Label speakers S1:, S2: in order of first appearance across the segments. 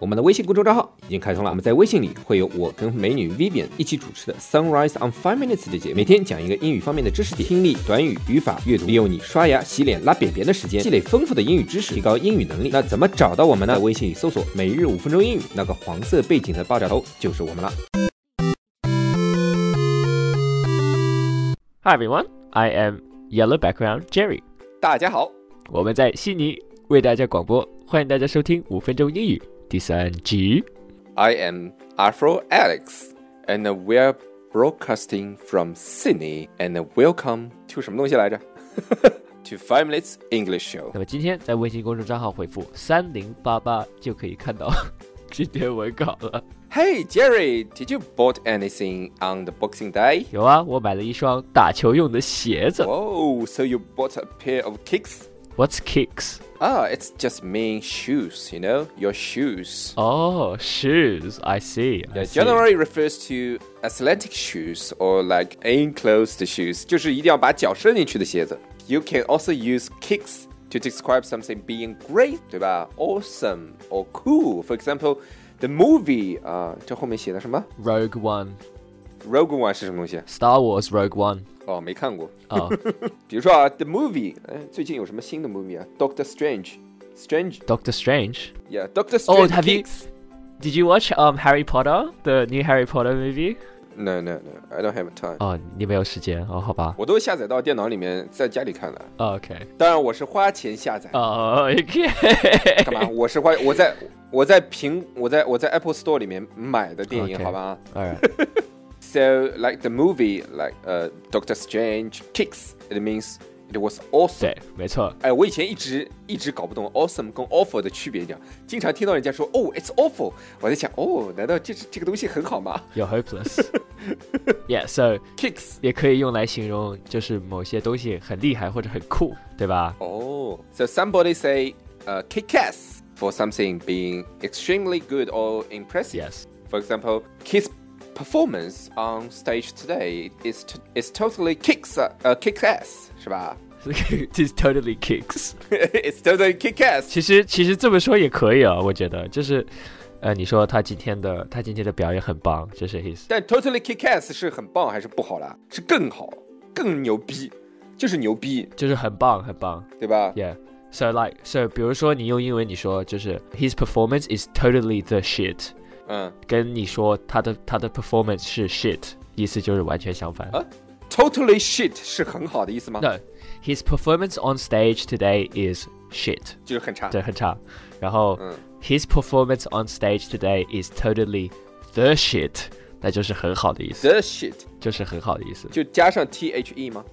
S1: 我们的微信公众账号已经开通了，我们在微信里会有我跟美女 Vivian 一起主持的 Sunrise on Five Minutes 的节目，每天讲一个英语方面的知识点，听力、短语、语法、阅读，利用你刷牙、洗脸、拉便便的时间，积累丰富的英语知识，提高英语能力。那怎么找到我们呢？在微信里搜索“每日五分钟英语”，那个黄色背景的爆炸头就是我们了。
S2: Hi everyone, I am Yellow Background Jerry。
S1: 大家好，
S2: 我们在悉尼为大家广播，欢迎大家收听五分钟英语第三集。
S1: I am Afro Alex, and we're broadcasting from Sydney. And welcome to 什么东西来着 ？To Five Minutes English Show
S2: 那。么今天在微信公众账号回复三零八八就可以看到今天文稿了。
S1: Hey Jerry, did you bought anything on the Boxing Day?
S2: 有啊，我买了一双打球用的鞋子。
S1: Whoa, so you bought a pair of kicks?
S2: What's kicks？
S1: Ah, it's just mean shoes, you know, your shoes.
S2: 哦、s h o e s I see.
S1: Yeah,
S2: I see.
S1: generally refers to athletic shoes or like enclosed shoes. 就是一定要把脚伸进去的鞋子. You can also use kicks to describe something being great, 对吧? Awesome or cool. For example, the movie 啊、这后面写的什么
S2: Rogue One,
S1: Rogue One 是什么东西？啊
S2: Star Wars Rogue One.
S1: 哦，没看过。
S2: 哦、
S1: 比如说啊，The Movie，哎，最近有什么新的 movie 啊？Doctor Strange，Strange，Yeah，Doctor
S2: d o c t o r Strange.
S1: Strange。
S2: Oh, have you- Did you watch um Harry Potter, the new Harry Potter movie?
S1: you？No，No，No，I don't have time。
S2: 哦、你没有时间哦，好吧。
S1: 我都下载到电脑里面，在家里看的。
S2: OK，
S1: 当然，我是花钱下载。
S2: 哦、o k
S1: 干嘛？我是花，我在我在苹，我在我在 Apple Store 里面买的电影
S2: OK
S1: 好吧
S2: Alright，
S1: ？So like the movie, like 呃、Doctor Strange kicks, it means it was awesome.
S2: 对，没错，
S1: 哎，我以前一直一直搞不懂 awesome 跟 awful 的区别，这样经常听到人家说哦，it's awful，我在想哦，难道这是这个东西很好吗
S2: you're hopeless。Yeah，so
S1: ？Kicks，
S2: 也可以用来形容就是某些东西很厉害或者很酷，对吧？
S1: 哦、s o somebody say，呃、k i c k ass for something being extremely good or impressive。
S2: Yes，
S1: For example, his performance on stage today is t is totally kicks uh, kicks ass，是吧
S2: this totally kicks。
S1: ？It's totally kick ass。
S2: 其实其实这么说也可以啊，我觉得就是，呃，你说他今天的他今天的表演很棒，就是 his
S1: 但 totally kick ass 是很棒还是不好啦？是更好，更牛逼，就是牛逼，
S2: 就是很棒很棒
S1: 对吧？
S2: ，Yeah。So like so，比如说你用英文你说就是 his performance is totally the shit，
S1: 嗯。
S2: 跟你说他的他的 performance 是 shit，意思就是完全相反。
S1: 啊 Totally shit 是很好的意思吗？
S2: No, his performance on stage today is shit，
S1: 就是很差。
S2: 对，很差。然后、
S1: 嗯
S2: his performance on stage today is totally the shit，那就是很好的意思，
S1: The shit
S2: 就是很好的意思。
S1: 就加上 t h e 吗？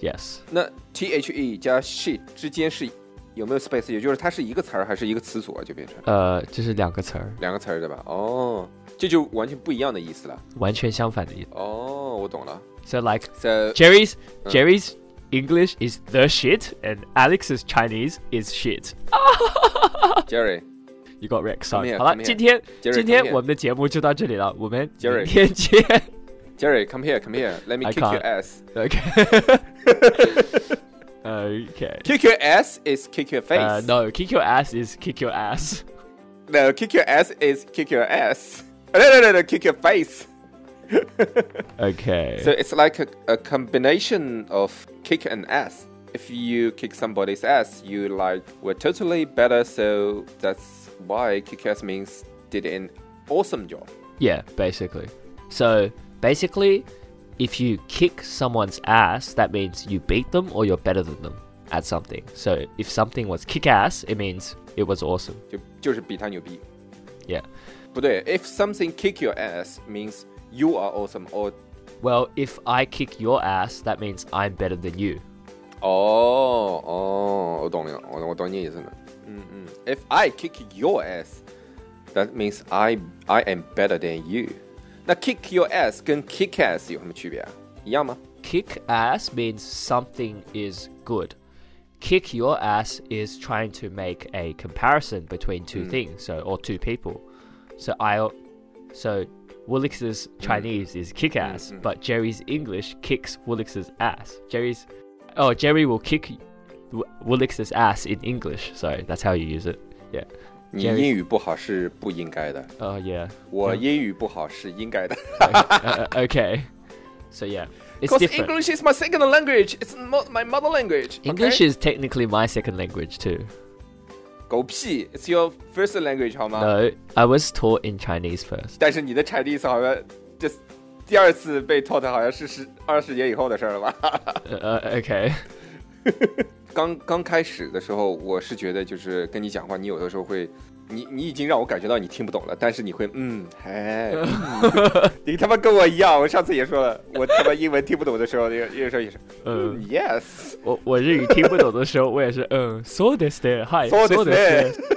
S2: Yes，
S1: 那 t h e 加 shit 之间是有没有 space？也就是它是一个词儿还是一个词组啊？就变成
S2: 呃，这是两个词儿，
S1: 两个词儿对吧？哦，这就完全不一样的意思了。
S2: 完全相反的意思。
S1: 哦，我懂了。
S2: So like
S1: So
S2: Jerry's Jerry's English is the shit and Alex's Chinese is shit。
S1: Jerry，
S2: You got Rex.
S1: Come here,
S2: 好了
S1: come，here.
S2: 今天
S1: Jerry,
S2: 今天
S1: come here.
S2: 我们的节目就到这里了，我们
S1: Jerry.
S2: 明天见。
S1: Jerry, come here, come here. Let me
S2: I
S1: kick your
S2: can't.
S1: ass.
S2: Okay. okay.
S1: Kick your ass is kick your face.
S2: Uh, no, kick your ass is kick your ass.
S1: no, kick your ass is kick your ass. No, no, no, no, kick your face.
S2: Okay.
S1: So it's like a, a combination of kick and ass. If you kick somebody's ass, you like were totally better. So that's why kick ass means did an awesome job.
S2: yeah, basically. So basically, if you kick someone's ass, that means you beat them or you're better than them at something. So if something was kick ass, it means it was awesome.
S1: 就就是比他牛逼。
S2: Yeah.
S1: 不对，if something kick your ass means you are awesome or
S2: Well, if I kick your ass, that means I'm better than you.
S1: 哦哦，oh, 我懂了，我我懂你意思了。嗯嗯，If I kick your ass, that means I I am better than you。那 kick your ass 跟 kick ass 有什么区别啊？一样吗？
S2: Kick ass means something is good. Kick your
S3: Mm.
S2: ass is trying to make a comparison between two things, so or two people. So I, so Woolix's
S3: Mm.
S2: Chinese is kick ass, but Jerry's English kicks Woolix's ass. Jerry's, oh Jerry will kick Wo- Woolix's ass in English. Sorry, that's how you use it. Yeah.
S1: 你
S2: Jerry
S1: 英语不好是不应该的，
S2: Oh yeah.
S1: 我英语不好是应该的。
S2: Uh, okay. So yeah, it's
S3: Because
S2: different.
S3: English is my second language. It's mo- my mother language.
S2: English
S3: okay?
S2: is technically my second language too.
S1: 狗屁！
S3: It's your first language 好吗
S2: No, I was taught in Chinese first.
S1: 但是你的 Chinese 好像这第二次被 taught 好像是十二十年以后的事儿了吧？
S2: Uh, uh, okay.
S1: 刚刚开始的时候，我是觉得就是跟你讲话，你有的时候会，你你已经让我感觉到你听不懂了，但是你会嗯，哎， 嗯你他妈跟我一样，我上次也说了，我他妈英文听不懂的时候，有有时候也是嗯
S2: 嗯，
S1: ，yes，
S2: 我我日语听不懂的时候，我也是嗯，so this there, hi,
S1: そう
S2: so
S1: です
S2: this
S1: ね
S2: there。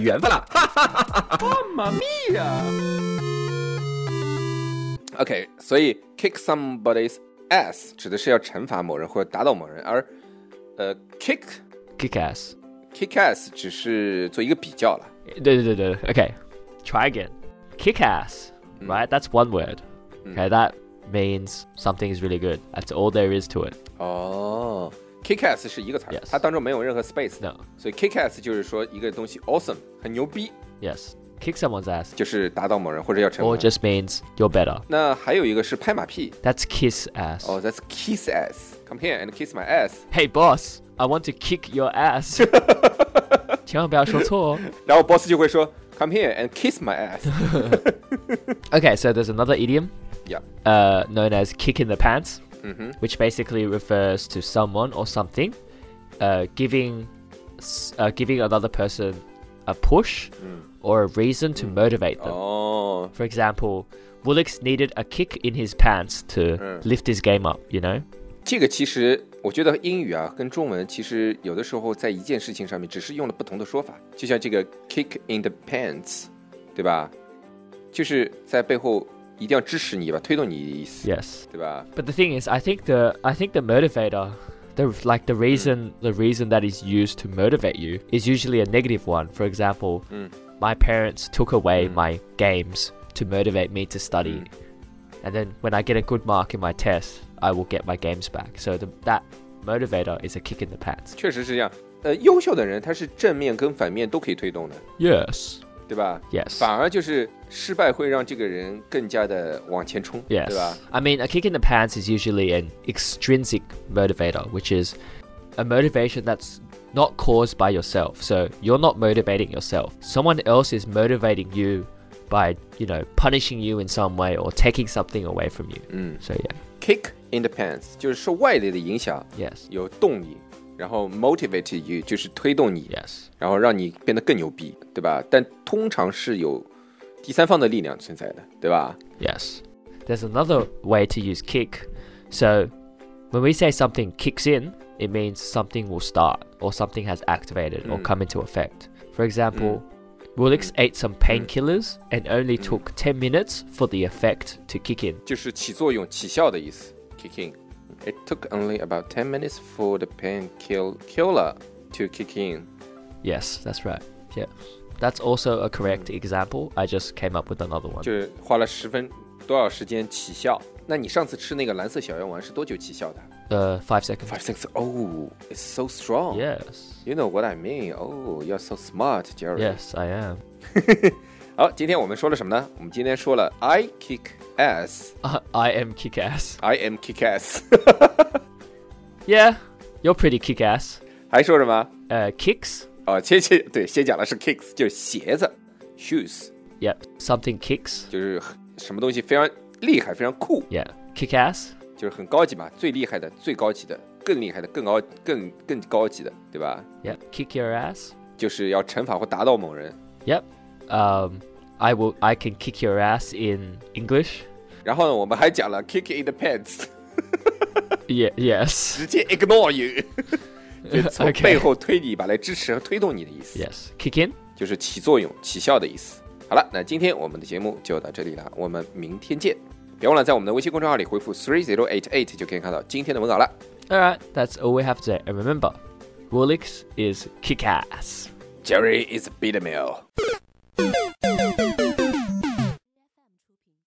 S4: 缘分啦。
S1: OK，所以 kick somebody's ass 指的是要惩罚某人或者打倒某人，而呃 kick
S2: Kick ass.
S1: kick ass 只是做一个比较了。
S2: Okay, try again. Kick ass. Right, that's one word. Okay, that means something is really good. That's all there is to it.
S1: 哦，kick ass 是一个词儿
S2: Yes
S1: 它当中没有任何 space 的
S2: No.
S1: 所以 kick ass 就是说一个东西 awesome 很牛逼，
S2: Yes, kick someone's ass,
S1: 就是打倒某人或者要惩罚。
S2: or just means you're better.
S1: 那还有一个是拍马屁，
S2: That's kiss ass.
S1: 哦、t h a t s kiss ass，come here and kiss my ass。
S2: Hey boss, I want to kick your ass. 千万不要说错哦。
S1: 然后 boss 就会说 come here and kiss my ass。
S2: Okay, so there's another idiom.
S1: Yeah.
S2: Uh, known as kick in the pants, which basically refers to someone or something uh, giving s- uh, giving another person a push or a reason to motivate
S1: Oh.
S2: them.
S1: 哦，
S2: For example, Woolix needed a kick in his pants to lift his game up. You know.
S1: 这个其实我觉得英语啊跟中文其实有的时候在一件事情上面只是用了不同的说法，就像这个 kick in the pants，对吧？就是在背后一定要支持你吧，推动你的意思
S2: Yes.
S1: 对吧？
S2: But the thing is, I think the I think the motivator, the like the reason the reason that is used to motivate you is usually a negative one. For example, my parents took away my games to motivate me to study, and then when I get a good mark in my test, I will get my games back. So the, that motivator is a kick in the pants.
S1: 确实是这样。呃，优秀的人他是正面跟反面都可以推动的，
S2: Yes.
S1: 对吧？
S2: Yes.
S1: 反而就是失败会让这个人更加的往前冲，
S2: Yes.
S1: 对吧？
S2: I mean, a kick in the pants is usually an extrinsic motivator, which is a motivation that's not caused by yourself. So you're not motivating yourself. Someone else is motivating you by, you know, punishing you in some way or taking something away from you. So yeah.
S1: Kick in the pants 就是受外力的影响，
S2: Yes.
S1: 有动力，然后 motivate you 就是推动你，
S2: Yes.
S1: 然后让你变得更牛逼，对吧？但通常是有第三方的力量存在的，对吧？
S2: Yes. There's another way to use kick. So when we say something kicks in, it means something will start or something has activated or come into effect. For example, Woolix ate some painkillers and only took 10 minutes for the effect to kick in.
S1: 就是起作用、起效的意思。Kicking. It took only about ten minutes for the pain kill killer to kick in.
S2: Yes, that's right. Yeah. That's also a correct example. I just came up with another one.
S1: 就是花了十分多少时间起效？那你上次吃那个蓝色小药丸是多久起效的
S2: Uh, five seconds.
S1: ？Five seconds. Oh, it's so strong.
S2: Yes.
S1: You know what I mean? Oh, you're so smart, Jerry.
S2: Yes, I am.
S1: 好，今天我们说了什么呢？我们今天说了 I kick ass,
S2: I am kick ass.
S1: I am kick ass，
S2: Yeah, you're pretty kick ass.
S1: 还说什么？
S2: Uh, kicks
S1: 哦，先先对，先讲的是 kicks，就是鞋子，shoes，
S2: Yep. Something kicks.
S1: 就是很什么东西非常厉害，非常酷，
S2: Yeah. Kick ass.
S1: 就是很高级嘛，最厉害的，最高级的，更厉害的，更高，更更高级的，对吧？
S2: Yep. Kick your ass.
S1: 就是要惩罚或打倒某人。
S2: Yep. Um, I will. I can kick your ass in English.
S1: 然后呢，我们还讲了 kick in the pants，
S2: Yeah. Yes.
S1: 直接 ignore you，就从
S2: Okay
S1: 背后推你一把来支持和推动你的意思
S2: Yes. Kick in.
S1: 就是起作用、起效的意思。好了，那今天我们的节目就到这里了，我们明天见。别忘了在我们的微信公众号里回复 three zero eight eight 就可以看到今天的文稿了。
S2: All right. That's all we have today. And remember, Woolix is kick ass.
S1: Jerry is a bitter male。